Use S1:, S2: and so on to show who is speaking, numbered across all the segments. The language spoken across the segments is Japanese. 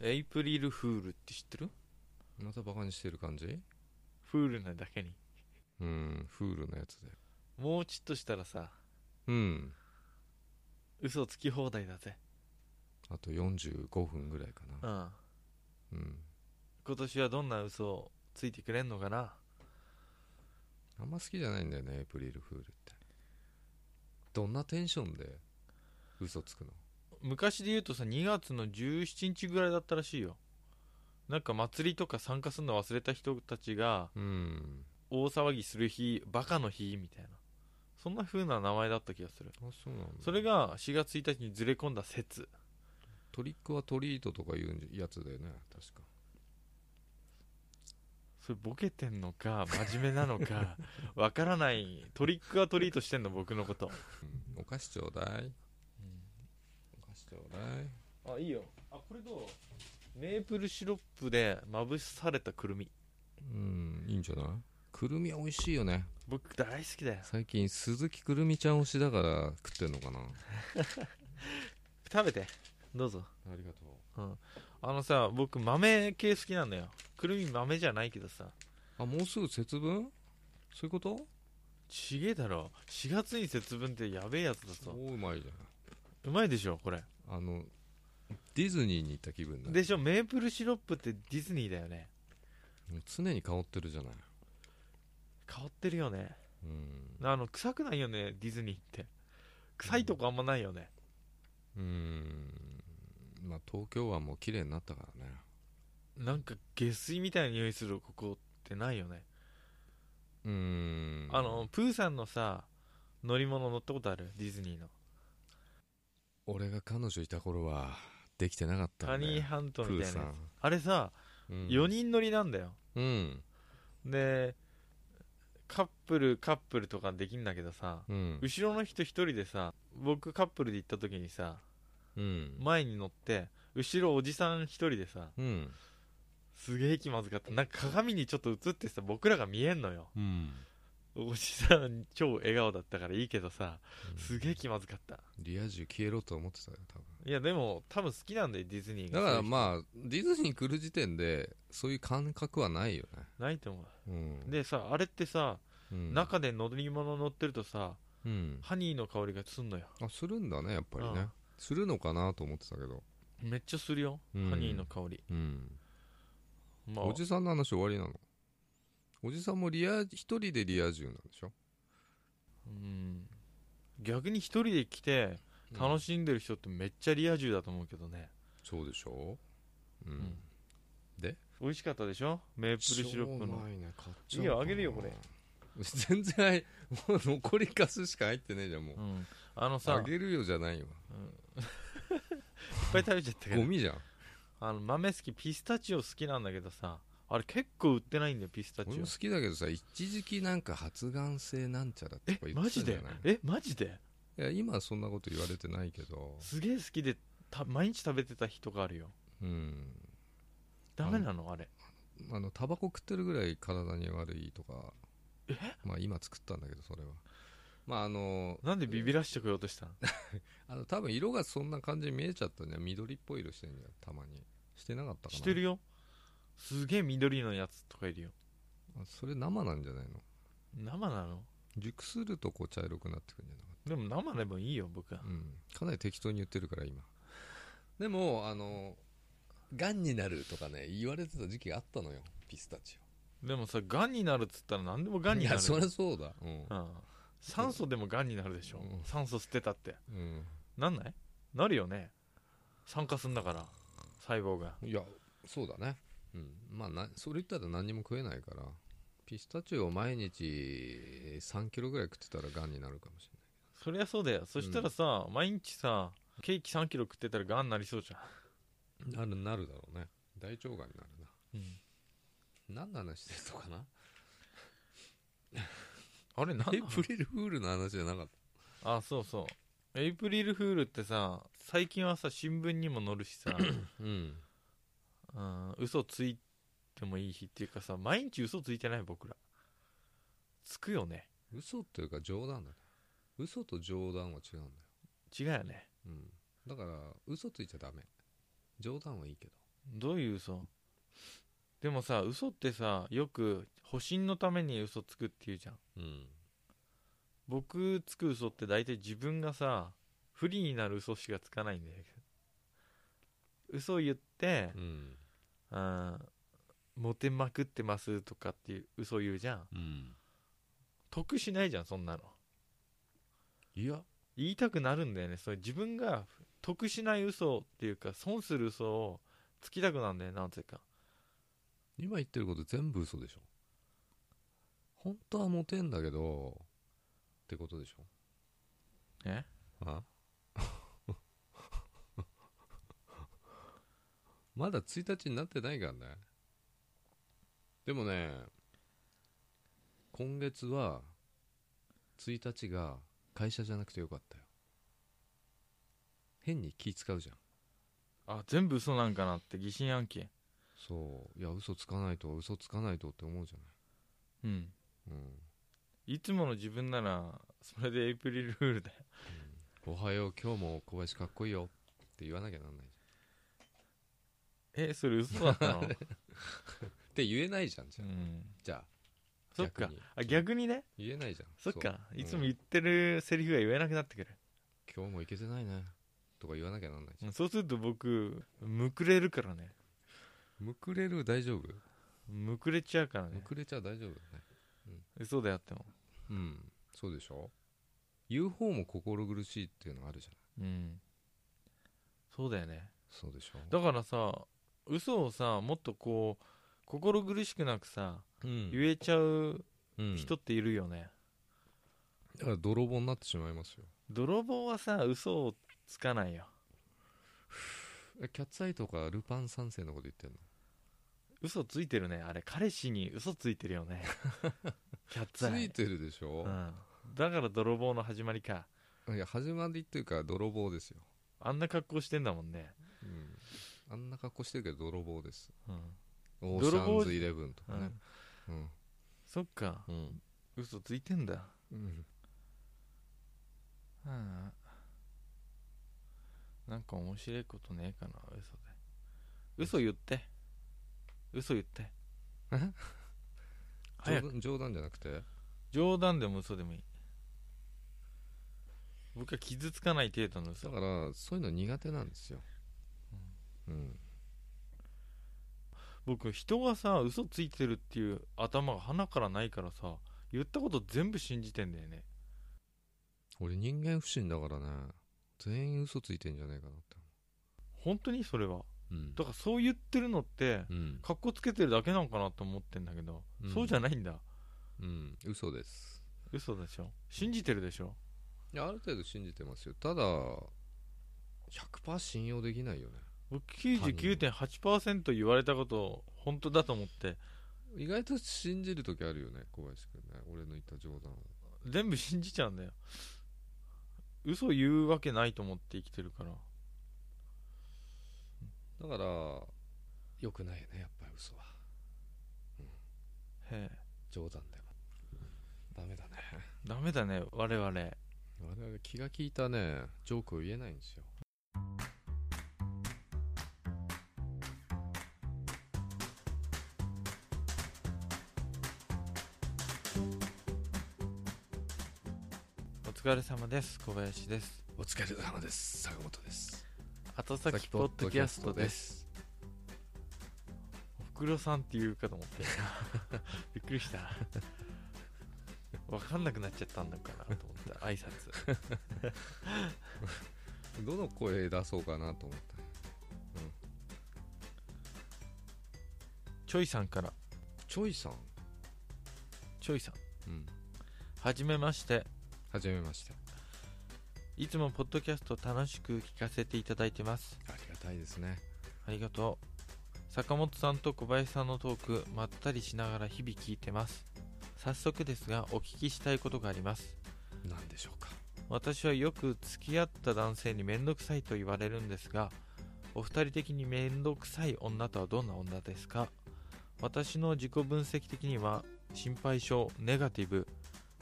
S1: エイプリルフールって知ってる
S2: またバカにしてる感じ
S1: フールなだけに
S2: うんフールのやつだよ
S1: もうちょっとしたらさ
S2: うん
S1: 嘘つき放題だぜ
S2: あと45分ぐらいかな
S1: うん
S2: うん
S1: 今年はどんな嘘をついてくれんのかな
S2: あんま好きじゃないんだよねエイプリルフールってどんなテンションで嘘つくの
S1: 昔で言うとさ2月の17日ぐらいだったらしいよなんか祭りとか参加するの忘れた人たちが
S2: うん
S1: 大騒ぎする日バカの日みたいなそんな風な名前だった気がする
S2: あそうなんだ
S1: それが4月1日にずれ込んだ説
S2: トリックはトリートとかいうやつだよね確か
S1: それボケてんのか真面目なの かわからないトリックはトリートしてんの僕のこと、
S2: うんお菓子ちょうだいお菓子ちょうだい
S1: あいいよあこれどうメープルシロップでまぶしされたくるみ
S2: うんいいんじゃないくるみは美味しいよね
S1: 僕大好きだよ
S2: 最近鈴木くるみちゃん推しだから食ってんのかな
S1: 食べてどうぞ
S2: ありがとう
S1: うん、あのさ僕豆系好きなんだよくるみ豆じゃないけどさ
S2: あもうすぐ節分そういうこと
S1: ちげえだろ4月に節分ってやべえやつだ
S2: 超
S1: ぞ
S2: うまいじ
S1: うまいでしょこれ
S2: ゃんあのディズニーに行った気分だね
S1: でしょメープルシロップってディズニーだよね
S2: もう常に香ってるじゃない
S1: 香ってるよね
S2: うん
S1: あの臭くないよねディズニーって臭いとこあんまないよね、
S2: うんまあ東京はもう綺麗になったからね
S1: なんか下水みたいな匂いするここってないよね、
S2: うん
S1: あのプーさんのさ乗り物乗ったことあるディズニーの
S2: 俺が彼女いた頃はできてなかった
S1: タ
S2: んだよ
S1: ニーハント
S2: プ
S1: み
S2: ー
S1: たい
S2: さ
S1: なや
S2: ん
S1: つ、あれさ
S2: うん
S1: 4人乗りなんだよ、
S2: うん
S1: でカップルカップルとかできんだけどさ
S2: うん
S1: 後ろの人一人でさ僕カップルで行った時にさ
S2: うん
S1: 前に乗って後ろおじさん一人でさ
S2: うん
S1: すげえ気まずかったなんか鏡にちょっと映ってさ僕らが見えんのよ
S2: うん
S1: おじさん超笑顔だったからいいけどさすげえ気まずかった
S2: リア充消えろと思ってたよ多分
S1: いやでも多分好きなんだよディズニーが
S2: だ
S1: そ
S2: か
S1: う
S2: ら
S1: いう
S2: まあディズニー来る時点でそういう感覚はないよね
S1: 人ないと思う
S2: うん
S1: でさあれってさ、
S2: うん
S1: 中で乗り物乗ってるとさ
S2: うん
S1: ハニーの香りがすんのよ
S2: あするんだねやっぱり
S1: う
S2: ね
S1: ん
S2: するのかなと思ってたけど
S1: めっちゃするよ、
S2: うん
S1: ハニーの香り
S2: うん
S1: まあ
S2: おじさんの話終わりなのおじさんもリア一人でリア充なんでしょ
S1: うん逆に一人で来て楽
S2: い
S1: しんでる人ってめっちゃリア充だと思うけどね、
S2: そうでしょう
S1: うん
S2: ん
S1: 美味しかったでしょメープルシロップ
S2: 超う
S1: の
S2: まいね買っち
S1: いい
S2: ゃおう
S1: よ
S2: かな
S1: あげるよこれ
S2: 全然入もう残りかすしか入ってねえじゃんもう
S1: うんあのさ
S2: あ
S1: いっ
S2: げるよじゃないわ
S1: ぱい食べちゃったけ
S2: ゴ
S1: ど
S2: ミじゃん
S1: あの豆好きピスタチオ好きなんだけどさあれ結構売ってないんだよピスタチ
S2: 俺
S1: オ
S2: も好きだけどさ一時期なんか発がん性なんちゃらと
S1: え
S2: か言っ
S1: マ
S2: てた
S1: ジ
S2: じゃ
S1: で
S2: ない
S1: えマジで
S2: いや今はそんなこと言われてないけど
S1: すげえ好きでた毎日食べてた日とかあるよ
S2: うん
S1: ダメなのあれ
S2: あのタバコ食ってるぐらい体に悪いとかまあ今作ったんだけどそれはまああの
S1: なんでビビらしてこようとしたの
S2: あの多分色がそんな感じに見えちゃったんじゃん緑っぽい色してんじゃんたまにしてなかったかな
S1: してるよすげえ緑のやつとかいるよ
S2: あそれ生なんじゃないの
S1: 生なの
S2: 熟するとこう茶色くなってくるんじゃなかっ
S1: でも生でもいいよ僕は
S2: た、うん、かなり適当に言ってるから今でもあのがんになるとかね言われてた時期があったのよピスタチ
S1: でもさがんになるっつったら何でも
S2: オ
S1: がんにないる
S2: やそりゃそうだうん、
S1: うん、酸素でもがんになるでしょ、
S2: うん
S1: 酸素捨てたって
S2: うん
S1: なんないなるよね酸化すんだから細胞が
S2: いやそうだねうんまあなそれ言ったら何にも食えないからピスタチオを毎日3キロぐらい食ってたらがんになるかもしれ
S1: そりゃそうだよそしたらさ、毎日さケーキ3キロ食ってたらがんになりそうじ
S2: ないなるなるだろうね大腸がんになるな
S1: ゃん、
S2: 何の話してたか な
S1: あれなん
S2: エイプリルフールの話じゃなかった
S1: あそうそうエイプリルフールってさ最近はさ新聞にも載るしさ、
S2: うん
S1: うん、嘘ついてもいい日っていうかさ毎日嘘ついてない僕らつくよね
S2: 嘘っていうか冗談だね嘘と冗談は違うんだよ、
S1: 違うよね
S2: うん、だから嘘ついちゃダメ冗談はいいけど
S1: どういう嘘でもさ嘘ってさよく保身のために嘘つくっていうじゃん
S2: うん
S1: 僕つく嘘って大体自分がさ不利になる嘘しかつかないんだよ嘘を言って
S2: う、ん
S1: あーモテまくってますとかっていう嘘を言うじゃん
S2: うん
S1: 得しないじゃんそんなの
S2: いや
S1: 言いたくなるんだよねそれ自分が得しない嘘っていうか損する嘘をつきたくなんだよなぜか
S2: 今言ってること全部嘘でしょ本当はモテんだけどってことでしょ
S1: え
S2: あ まだ1日になってないからねでもね今月は1日が会社じゃなくてよかったよ変に気使うじゃん
S1: あ全部嘘なんかなって疑心暗鬼
S2: そういや嘘つかないと嘘つかないとって思うじゃ
S1: うん
S2: ない、
S1: いつもの自分ならそれでエイ プリルフールだよ
S2: うん、おはよう今日も小林かっこいいよって言わなきゃなんないじ
S1: えそれ嘘だったの、
S2: ゃんって言えないじゃん じ
S1: う
S2: ゃあ
S1: ん、
S2: じゃあ
S1: そっか
S2: 逆に
S1: あ逆にね
S2: 言えないじゃん
S1: そっ
S2: う
S1: かいつも
S2: うん
S1: 言ってるセリフが言えなくなってくる、
S2: 今日も行けてないねとか言わなきゃなんないじ
S1: う
S2: ゃん
S1: んそうすると僕むくれるからね
S2: むくれる大丈夫
S1: むくれちゃうから
S2: む
S1: ね
S2: くれちゃ大丈夫だね
S1: 嘘であっても
S2: うんそうでしょ言う方も心苦しいっていうのがあるじゃない
S1: うんそうだよね
S2: そうでしょ
S1: だからさ嘘をさもっとこう心苦しくなくさ、
S2: うん
S1: 言えちゃう
S2: うん
S1: 人っているよね、
S2: だから泥棒になってしまいますよ
S1: 泥棒はさ嘘をつかないよ
S2: えキャッツアイとかルパン三世のこと言ってんの
S1: 嘘ついてるねあれ彼氏に嘘ついてるよ ねキャッツア
S2: つ
S1: イ
S2: いてるでしょ
S1: う、ん、だから泥棒の始まりか
S2: いや始まりっていうか泥棒ですよ、
S1: あんな格好してんだもんね、
S2: うん、あんな格好してるけど泥棒です
S1: うん
S2: オーシ
S1: 泥棒
S2: ャンズイレブンとかねうん
S1: そっか
S2: うん、
S1: 嘘ついてんだ
S2: うん、
S1: うんなんか面白いことねえかな嘘で嘘言って嘘言って
S2: え
S1: 早
S2: 冗
S1: く
S2: 談冗談じゃなくて
S1: 冗談でも嘘でもいい僕は傷つかない程度の嘘
S2: だからそういうの苦手なんですよ、うん
S1: 僕人がさ嘘ついてるっていう頭が鼻からないからさ言ったこと全部信じてんだよね
S2: 俺人間不信だからね全員嘘ついてんじゃねえかなって
S1: 本当にそれは
S2: うん
S1: だからそう言ってるのって
S2: うん、
S1: かっこつけてるだけなのかなと思ってんだけど、
S2: うん
S1: そうじゃないんだ
S2: うん、嘘です
S1: 嘘でしょ信じてるでしょ
S2: いやある程度信じてますよただ100%信用できないよね
S1: 僕99.8%言われたことを本当だと思って
S2: 意外と信じる時あるよね小林君ね俺の言った冗談を
S1: 全部信じちゃうんだよ嘘言うわけないと思って生きてるから
S2: だからよくないよねやっぱり嘘は
S1: へえ
S2: 冗談でもダメだね
S1: ダメだね我々
S2: 我々気が利いたねジョークを言えないんですよ
S1: お疲れ様です小林です
S2: お疲れ様です坂本です
S1: 後先ポッドキャストです
S2: す
S1: おふくろさんって言うかと思って びっくりした分かんなくなっちゃったのかなと思った挨拶
S2: どの声出そうかなと思ったね
S1: ちょいさんから
S2: チョイさん
S1: ちょいさん
S2: うん
S1: はじめまして
S2: はじめまして
S1: いつもポッドキャスト楽しく聞かせていただいてます
S2: ありがたいですね
S1: ありがとう坂本さんと小林さんのトークまったりしながら日々聞いてます早速ですがお聞きしたいことがあります
S2: 何でしょうか
S1: 私はよく付き合った男性に面倒くさいと言われるんですがお二人的に面倒くさい女とはどんな女ですか私の自己分析的には心配性ネガティブ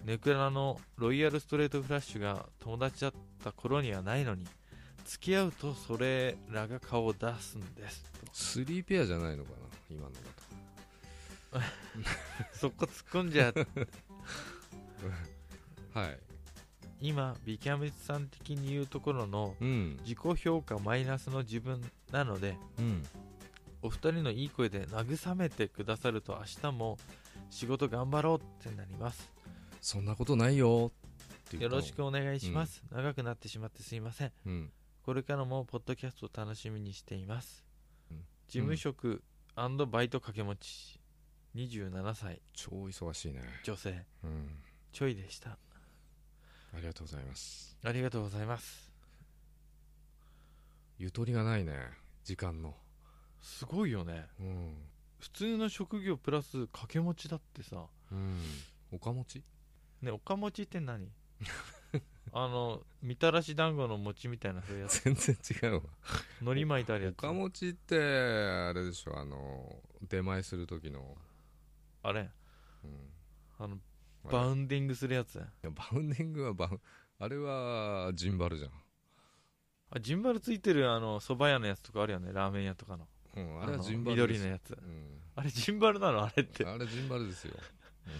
S1: ネクラのロイヤルストレートフラッシュが友達だった頃にはないのに付き合うとそれらが顔を出すんです と
S2: 3ペアじゃないのかな今のだと
S1: そこ突っ込んじゃう
S2: はい
S1: 今ビキャミツさん的に言うところの
S2: うん
S1: 自己評価マイナスの自分なので
S2: うん
S1: お二人のいい声で慰めてくださると明日も仕事頑張ろうってなります
S2: そんなことないよって言
S1: よ
S2: ったの
S1: ろしくお願いします、長くなってしまってすいません
S2: うん
S1: これからもポッドキャストを楽しみにしています、
S2: うん
S1: 事務職バイト掛け持ち27歳
S2: 超忙しいね
S1: 女性
S2: うん
S1: ちょいでした
S2: ありがとうございます
S1: ありがとうございます
S2: ゆとりがないね時間の
S1: すごいよね
S2: うん
S1: 普通の職業プラス掛け持ちだってさ
S2: うんおかもち
S1: ねおかもちって何 あのみたらし団子の餅みたいなそういうやつ
S2: 全然違うわ
S1: のり巻いてあるや
S2: お
S1: つ
S2: かもちってあれでしょあの出前する時の、
S1: あれ
S2: うん、
S1: あの
S2: あれ
S1: バウンディングするやつ
S2: いやバウンディングはバウンあれはジンバルじゃん、
S1: あジンバルついてるあの蕎麦屋のやつとかあるよねラーメン屋とかの
S2: うん、あれはジン
S1: の
S2: バル
S1: 緑
S2: です
S1: のやつ
S2: うん
S1: あれジンバルなのあれって
S2: あれジンバルですよ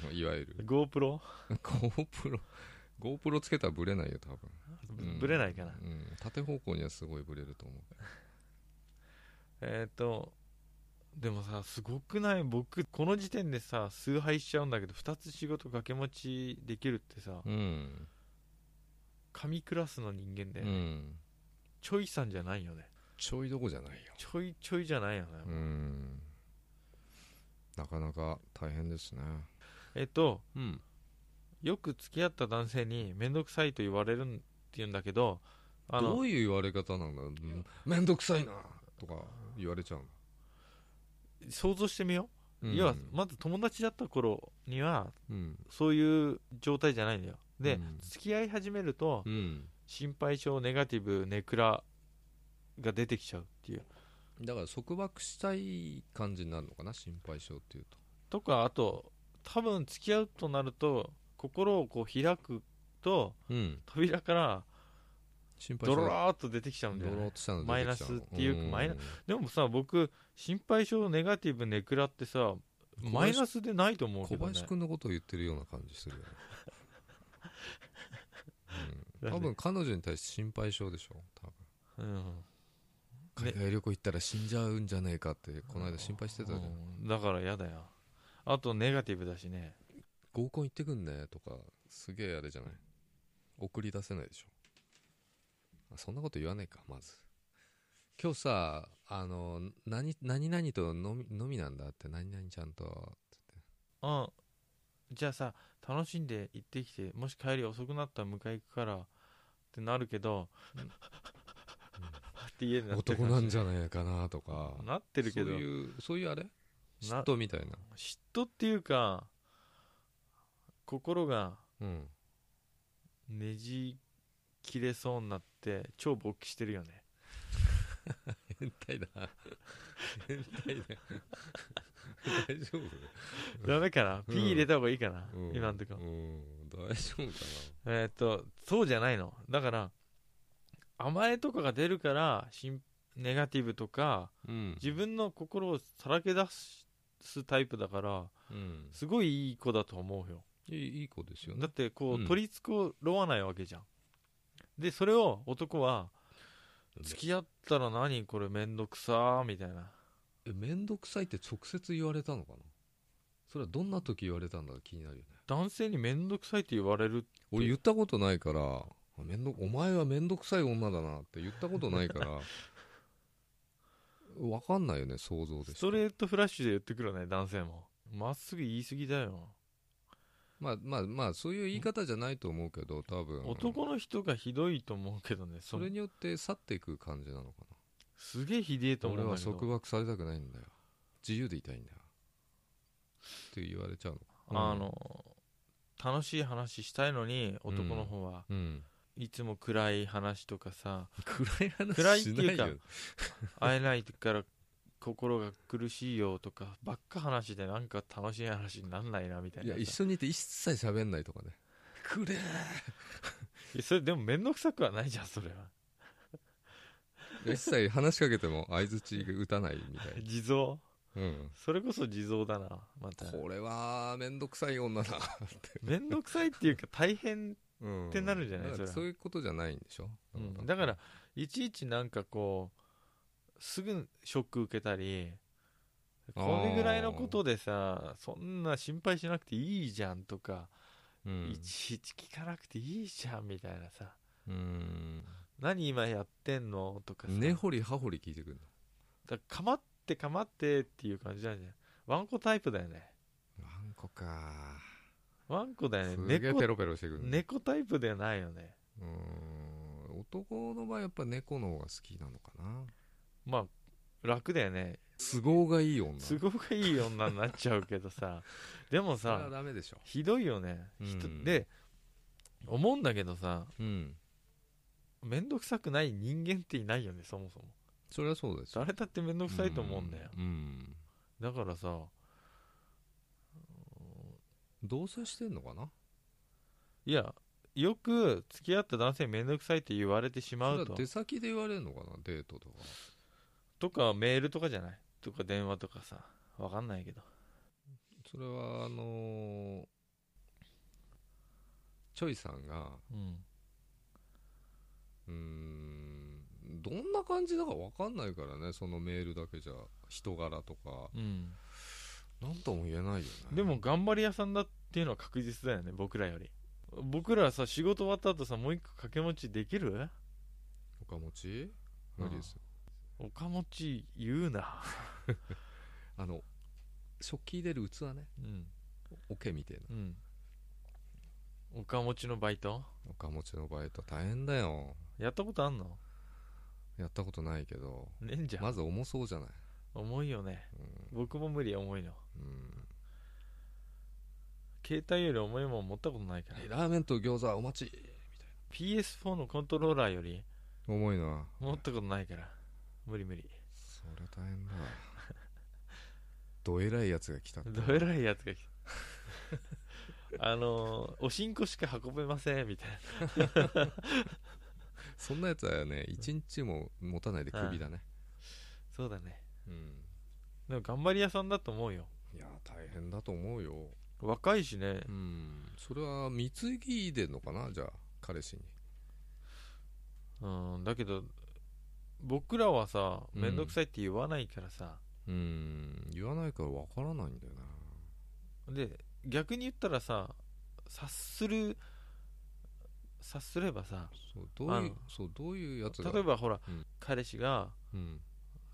S2: うんいわゆる
S1: GoPro?
S2: GoPro GoPro つけたらブレないよ多分、うん
S1: ぶれないかな、
S2: うん、縦方向にはすごいブレると思う
S1: えーっとでもさすごくない僕この時点でさ崇拝しちゃうんだけど2つ仕事掛け持ちできるってさ
S2: うん、
S1: 神クラスの人間で、
S2: うん、
S1: ちょいさんじゃないよね
S2: ちょいどこじゃないよ
S1: ちょいちょいじゃないよね、
S2: うんなかなか大変ですね
S1: えっと
S2: うん
S1: よく付き合った男性に面倒くさいと言われるんって言うんだけどあ
S2: ど
S1: の
S2: ういう言われ方なんだうんめんどくさいなとか言われちゃうの
S1: 想像してみよう、
S2: うん
S1: 要はまず友達だった頃には
S2: うん
S1: そういう状態じゃないんだよで、
S2: うん
S1: 付き合い始めると、
S2: うん
S1: 心配性ネガティブネクラが出てきちゃうっていう
S2: だから束縛したい感じになるのかな心配性っていう
S1: と
S2: と
S1: かあと多分付き合うとなると心をこう開くと
S2: うん
S1: 扉から
S2: 心配
S1: ド
S2: 性
S1: ローっと出てきちゃうんだ
S2: ド
S1: よ、
S2: ロー
S1: ね
S2: っ、としたの出てきちゃう
S1: マイ
S2: の
S1: ナスっていうか
S2: ん
S1: マイナでもさ僕心配性ネガティブネクラってさ
S2: 林
S1: マイナスでないと思うけ
S2: 小
S1: どね
S2: 林君のことを言ってるような感じするよね、うん、
S1: だね
S2: 多分彼女に対して心配性でしょ多
S1: うん
S2: 分
S1: ね
S2: 海外旅行行ったら死んじゃうんじゃねえかってこの間心配してたじゃん、
S1: うんだから嫌だよあとネガティブだしね
S2: 合コン行ってくんねとかすげえあれじゃない送り出せないでしょあそんなこと言わないかまず今日さあの何何々と飲み飲みなんだって何々ちゃんと
S1: あじゃあさ楽しんで行ってきてもし帰り遅くなったら迎え行くからってなるけど、
S2: うん
S1: って家になってる
S2: 男なんじゃないかなとか
S1: なってるけど
S2: そういうそういうあれ
S1: な
S2: 嫉妬みたいな
S1: 嫉妬っていうか心が
S2: うん
S1: ねじ切れそうになって超勃起してるよね
S2: 変態だ変態 だ大丈夫
S1: ダメかな
S2: うん
S1: P 入れた方がいいかな、
S2: うん
S1: 今んとこ、
S2: うん大丈夫か
S1: えーっとそうじゃないのだから甘えとかが出るからしんネガティブとか
S2: なうん
S1: 自分の心をさらけ出すタイプだから
S2: うん
S1: すごいいい子だと思うよ
S2: いいいい子ですよね
S1: だってこう、
S2: うん
S1: 取り繕わないわけじゃんでそれを男は付き合ったら何これめんどくさーみたいな
S2: えめんどくさいって直接言われたのかなそれはどんな時言われたんだか気になるよね
S1: 男性にめんどくさいって言われる
S2: 俺言ったことないからあめんどお前はめんどくさい女だなって言ったことないから わかんないよね想像でし
S1: ス
S2: か
S1: トレートフラッシュで言ってくるね男性もまっすぐ言い過ぎだよ、
S2: まあまあまあそういう言い方じゃないと思うけど多分
S1: 男の人がひどいと思うけどね
S2: そ
S1: そ
S2: れ
S1: れ
S2: によって去っていく感じなのか
S1: すげえひでえと
S2: な
S1: 思うん
S2: 俺は
S1: だけど
S2: 束縛されたくないんだよ自由でいたいんだよって言われちゃうのうん
S1: あの楽しい話したいのに
S2: うん
S1: 男の方は、
S2: うん
S1: いつも暗い話とかさ
S2: 暗
S1: 暗い
S2: い話
S1: って
S2: し
S1: いう
S2: ない
S1: か
S2: よ
S1: 会えないから心が苦しいよとかばっか話でなんか楽しい話になんないなみたい
S2: い
S1: な
S2: や
S1: さ
S2: 一緒にいて一切喋んないとかねくれ
S1: いやそれでも面倒くさくはないじゃんそれは
S2: 一切話しかけても相づち打たないみたい
S1: 地蔵
S2: な、うん、
S1: それこそ地蔵だなまた
S2: これは面倒くさい女だなって、
S1: めんどくさいっていうか大変、
S2: うん、
S1: ってなるじゃない
S2: だか
S1: そ
S2: ら
S1: れは
S2: そういうことじゃないんでしょ、
S1: うん、だからいちいちなんかこうすぐショック受けたりこれぐらいのことでさそんな心配しなくていいじゃんとか、
S2: うん
S1: いちいち聞かなくていいじゃんみたいなさ
S2: うん
S1: 何今やってんのとかさ
S2: 根掘り葉掘り聞いてくる
S1: だからかまってかまってっていう感じなんじゃないワンコタイプだよね
S2: のわんこか
S1: ワンコだよね
S2: すげえ
S1: 猫
S2: ペロペロしてくるね
S1: 猫タイプではないよね
S2: うん男の場合やっぱ猫の方が好きなのかな
S1: まあ楽だよね
S2: 都合がいい女
S1: 都合がいい女になっちゃうけどさ でも
S2: それは
S1: さ
S2: ダメでしょ
S1: ひどいよね、ひと
S2: うん
S1: で思うんだけどさ
S2: うん
S1: 面倒くさくない人間っていないよねそもそも
S2: それはそうですよ
S1: 誰だって面倒くさいと思うんだよ、
S2: うん
S1: だからさ
S2: 同棲してんのかない
S1: やよく付き合った男性に面倒くさいって言われてしま
S2: それ
S1: う
S2: は
S1: と
S2: 出先で言われるのかなデートとか
S1: とかメールとかじゃないとか電話とかさわかんないけど
S2: それはあのーチョイさんが
S1: うん
S2: うーんどんな感じだか分かんないからねそのメールだけじゃ人柄とか
S1: うん
S2: 何とも言えないよね
S1: でも頑張り屋さんだっていうのは確実だよね僕らより僕らさ仕事終わった後さもう一個掛け持ちできる
S2: お金持ち無理ですよ
S1: おか持ち言うな
S2: あの食器入れる器ね
S1: うん
S2: 桶みたいな
S1: うんおか持ちのバイト
S2: お金持ちのバイト大変だよ
S1: やったことあんの
S2: やったことないけど
S1: ねえんじゃん、
S2: まず重そうじゃない
S1: 重いよね僕も無理重いの
S2: うん
S1: 携帯より重いもん持ったことないから
S2: えラーメンと餃子お待ち
S1: PS4 のコントローラーより
S2: 重いな
S1: 持ったことないから無理無理
S2: それ大変だどえらいやつが来たって
S1: どえらいやつが来 たあのーおしんこしか運べませんみたいな
S2: そんなやつはね一日も持たないでクビだね
S1: そうだね
S2: うん
S1: でも頑張り屋さんだと思うよ
S2: いや大変だと思うよ
S1: 若いしね
S2: うんそれは貢ぎでんのかなじゃあ彼氏に
S1: うんだけど僕らはさ
S2: うん
S1: 面倒くさいって言わないからさ、
S2: うん言わないからわからないんだよな
S1: で逆に言ったらさ察する察すればさ
S2: そうどうい
S1: あ
S2: うそうどういうやつが
S1: 例えばほら、
S2: うん
S1: 彼氏が
S2: うん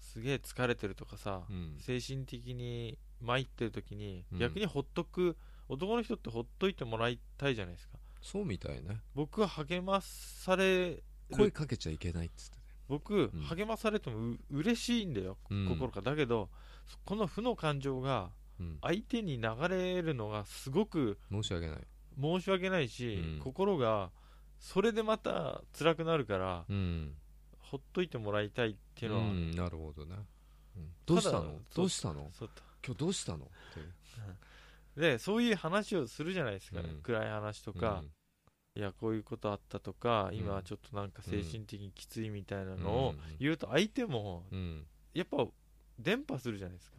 S1: すげえ疲れてるとかさ、
S2: うん
S1: 精神的に参ってる時に
S2: うん
S1: 逆にほっとく、男の人ってほっといてもらいたいじゃないですか
S2: そうみたいね
S1: 僕は励まされ
S2: 声かけちゃいけないっつってね
S1: 僕、
S2: ん
S1: 励まされてもう嬉しいんだよ、
S2: うん
S1: 心からだけどこの負の感情が
S2: うん
S1: 相手に流れるのがすごく
S2: 申し訳ない
S1: 申し訳ないし、
S2: うん
S1: 心がそれでまた辛くなるから
S2: うん
S1: ほっといてもらいたいっていうのは、
S2: うんなるほどねうん
S1: ただ
S2: どうしたのどうしたの
S1: そうだ
S2: 今日どうしたのって
S1: でそういう話をするじゃないですか、
S2: うん
S1: 暗い話と
S2: と
S1: か、いやこういうことあったとか
S2: ん
S1: 今はちょっとなんか精神的にきついみたいなの
S2: う
S1: を
S2: ん
S1: 言うと相手も
S2: うん
S1: やっぱ伝播するじゃないですか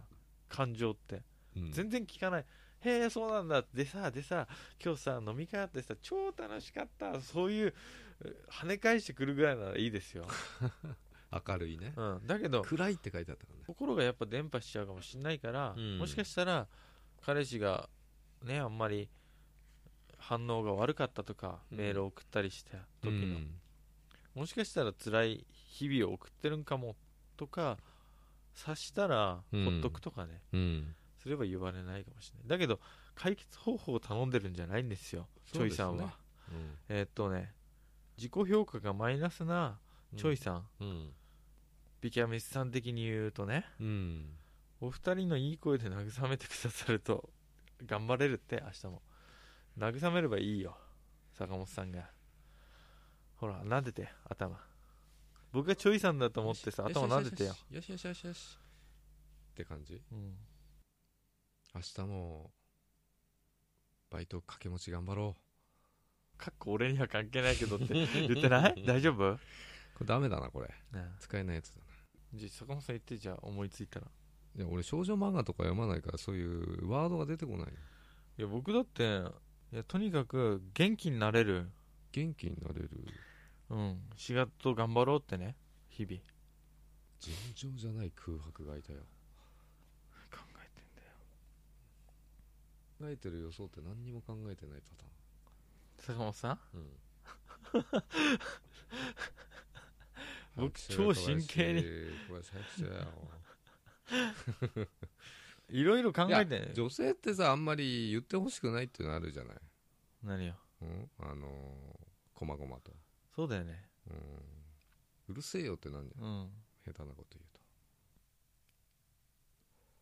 S1: 感情って
S2: うん
S1: 全然聞かない、へえそうなんだでさでさ今日さ飲み会あってさ超楽しかったそういうう跳ね返してくるぐらいならいいですよ、
S2: 明るいね
S1: うん、だけど
S2: 暗いって書いてあったからね
S1: 心がやっぱ伝播しちゃうかもしれないから、
S2: うん
S1: もしかしたら彼氏がねあんまり反応が悪かったとか、
S2: うん
S1: メールを送ったりした時の、
S2: うん
S1: もしかしたら辛い日々を送ってるんかもとか察したら
S2: うん
S1: ほっとくとかね、
S2: うん
S1: すれば言われないかもしれないだけど解決方法を頼んでるんじゃないんですよチ
S2: そ
S1: ョ
S2: うで
S1: イ
S2: すね
S1: さんは、えーっとね自己評価がマイナスな
S2: うん
S1: チョイさん、
S2: うん
S1: ビキャミスさん的に言うとね
S2: うん
S1: お二人のいい声で慰めてくださると頑張れるって明日も慰めればいいよ坂本さんがほら撫でて頭僕がチョイさんだと思ってさ頭撫でてよ、
S2: よしよしよしよしって感じ
S1: うん、
S2: 明日もバイト掛け持ち頑張ろ
S1: かっこ俺には関係ないけどって言ってない大丈夫
S2: うれダメだなこれ
S1: ね
S2: 使えないやつだな
S1: じゃあ坂本さん言ってじゃあ思いついたら
S2: いや俺少女漫画とか読まないからそういうワードが出てこない
S1: いや僕だっていやとにかく元気になれる
S2: 元気になれる
S1: うん仕事頑張ろうってね日々
S2: 尋常じゃない空白がいたよ
S1: 考えてんだよ
S2: 考えてる予想って何にも考えてないパ
S1: 坂本さん
S2: ターン、うん、
S1: 僕超真剣に
S2: にこれ最初だよ
S1: いろいろ考え
S2: いや
S1: て
S2: 女性ってさあんまり言ってほしくないっていうのあるじゃない、
S1: 何よ
S2: うん、あのー、こまごまと、
S1: そうだよね
S2: うん、うるせえよってなんじ
S1: うん
S2: ゃん下手なこと言うと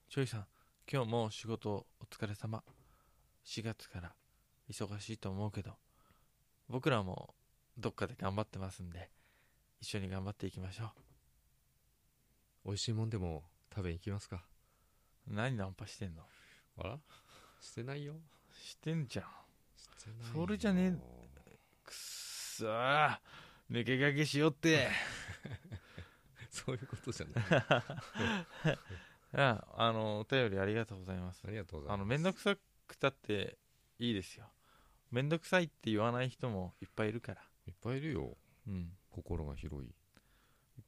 S1: ちょいさん今日も仕事お疲れ様4月から忙しいと思うけど僕らもどっかで頑張ってますんで一緒に頑張っていきましょ
S2: 美味しいもんでも食べに行きますか
S1: う何ナンパしてんの
S2: あらしてないよ
S1: してんじゃん
S2: してない
S1: それじゃねくっそー抜け駆けしようって
S2: えそういうことじゃ ない
S1: ああのお便りありがとうございます
S2: ありがとうござ
S1: あ
S2: いま
S1: の
S2: す
S1: 面倒くさくたっていいですよ面倒くさいって言わない人もいっぱいいるから
S2: いっぱいいるよ
S1: うんい
S2: 心が広い
S1: っ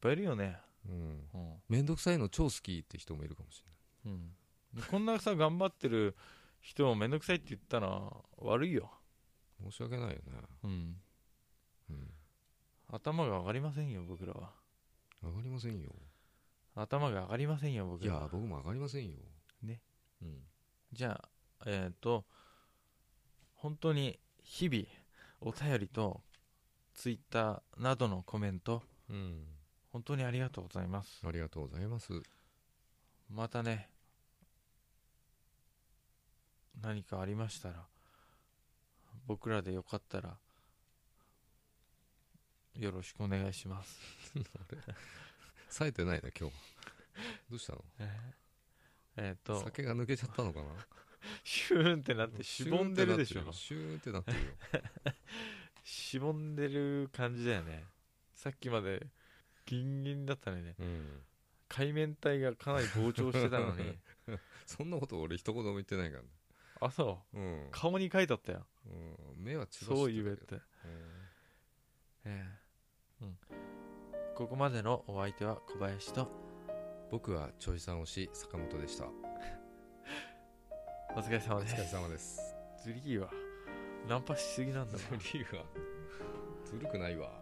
S1: ぱいいるよね
S2: うん
S1: うん、
S2: 面倒くさいの超好きって人もいるかもしれな
S1: う
S2: い
S1: ん、でこんなさ頑張ってる人を面倒くさいって言ったら悪いよ、
S2: 申し訳ないよね、
S1: うん、
S2: うん、
S1: 頭が上がりませんよ僕らは
S2: 上がりませんよ
S1: 頭が上がりませんよ僕
S2: い
S1: ら
S2: や
S1: は
S2: 僕も上がりませんよ
S1: ね
S2: うん
S1: じゃあえっ、と本当に日々お便りとツイッターなどのコメント
S2: うん
S1: 本当にありがとうございます
S2: ありがとうございます
S1: またね何かありましたら僕らでよかったらよろしくお願いします、
S2: 冴えてないな今日は どうしたの
S1: えーえーっと
S2: 酒が抜けちゃったのかな
S1: シューンってなってしぼんでるでしょ
S2: シューンってなってるよ
S1: しぼんでる感じだよねさっきまでギンギンだったのにね
S2: うん
S1: 海面体がかなり膨張してたの に
S2: そんなこと俺一言も言ってないからね
S1: あそう
S2: うん
S1: 顔に書いてあったよ
S2: うん目は血走
S1: そう
S2: して
S1: 言え
S2: る
S1: っ
S2: けど
S1: て
S2: うん
S1: ええうん、ここまでのお相手は小林と
S2: 僕はちょいさん推し坂本でした
S1: お疲れ様
S2: お
S1: で
S2: 疲れ
S1: す
S2: 様 です
S1: ズリーはナンパしすぎなんだわ
S2: ズリーはずるくないわ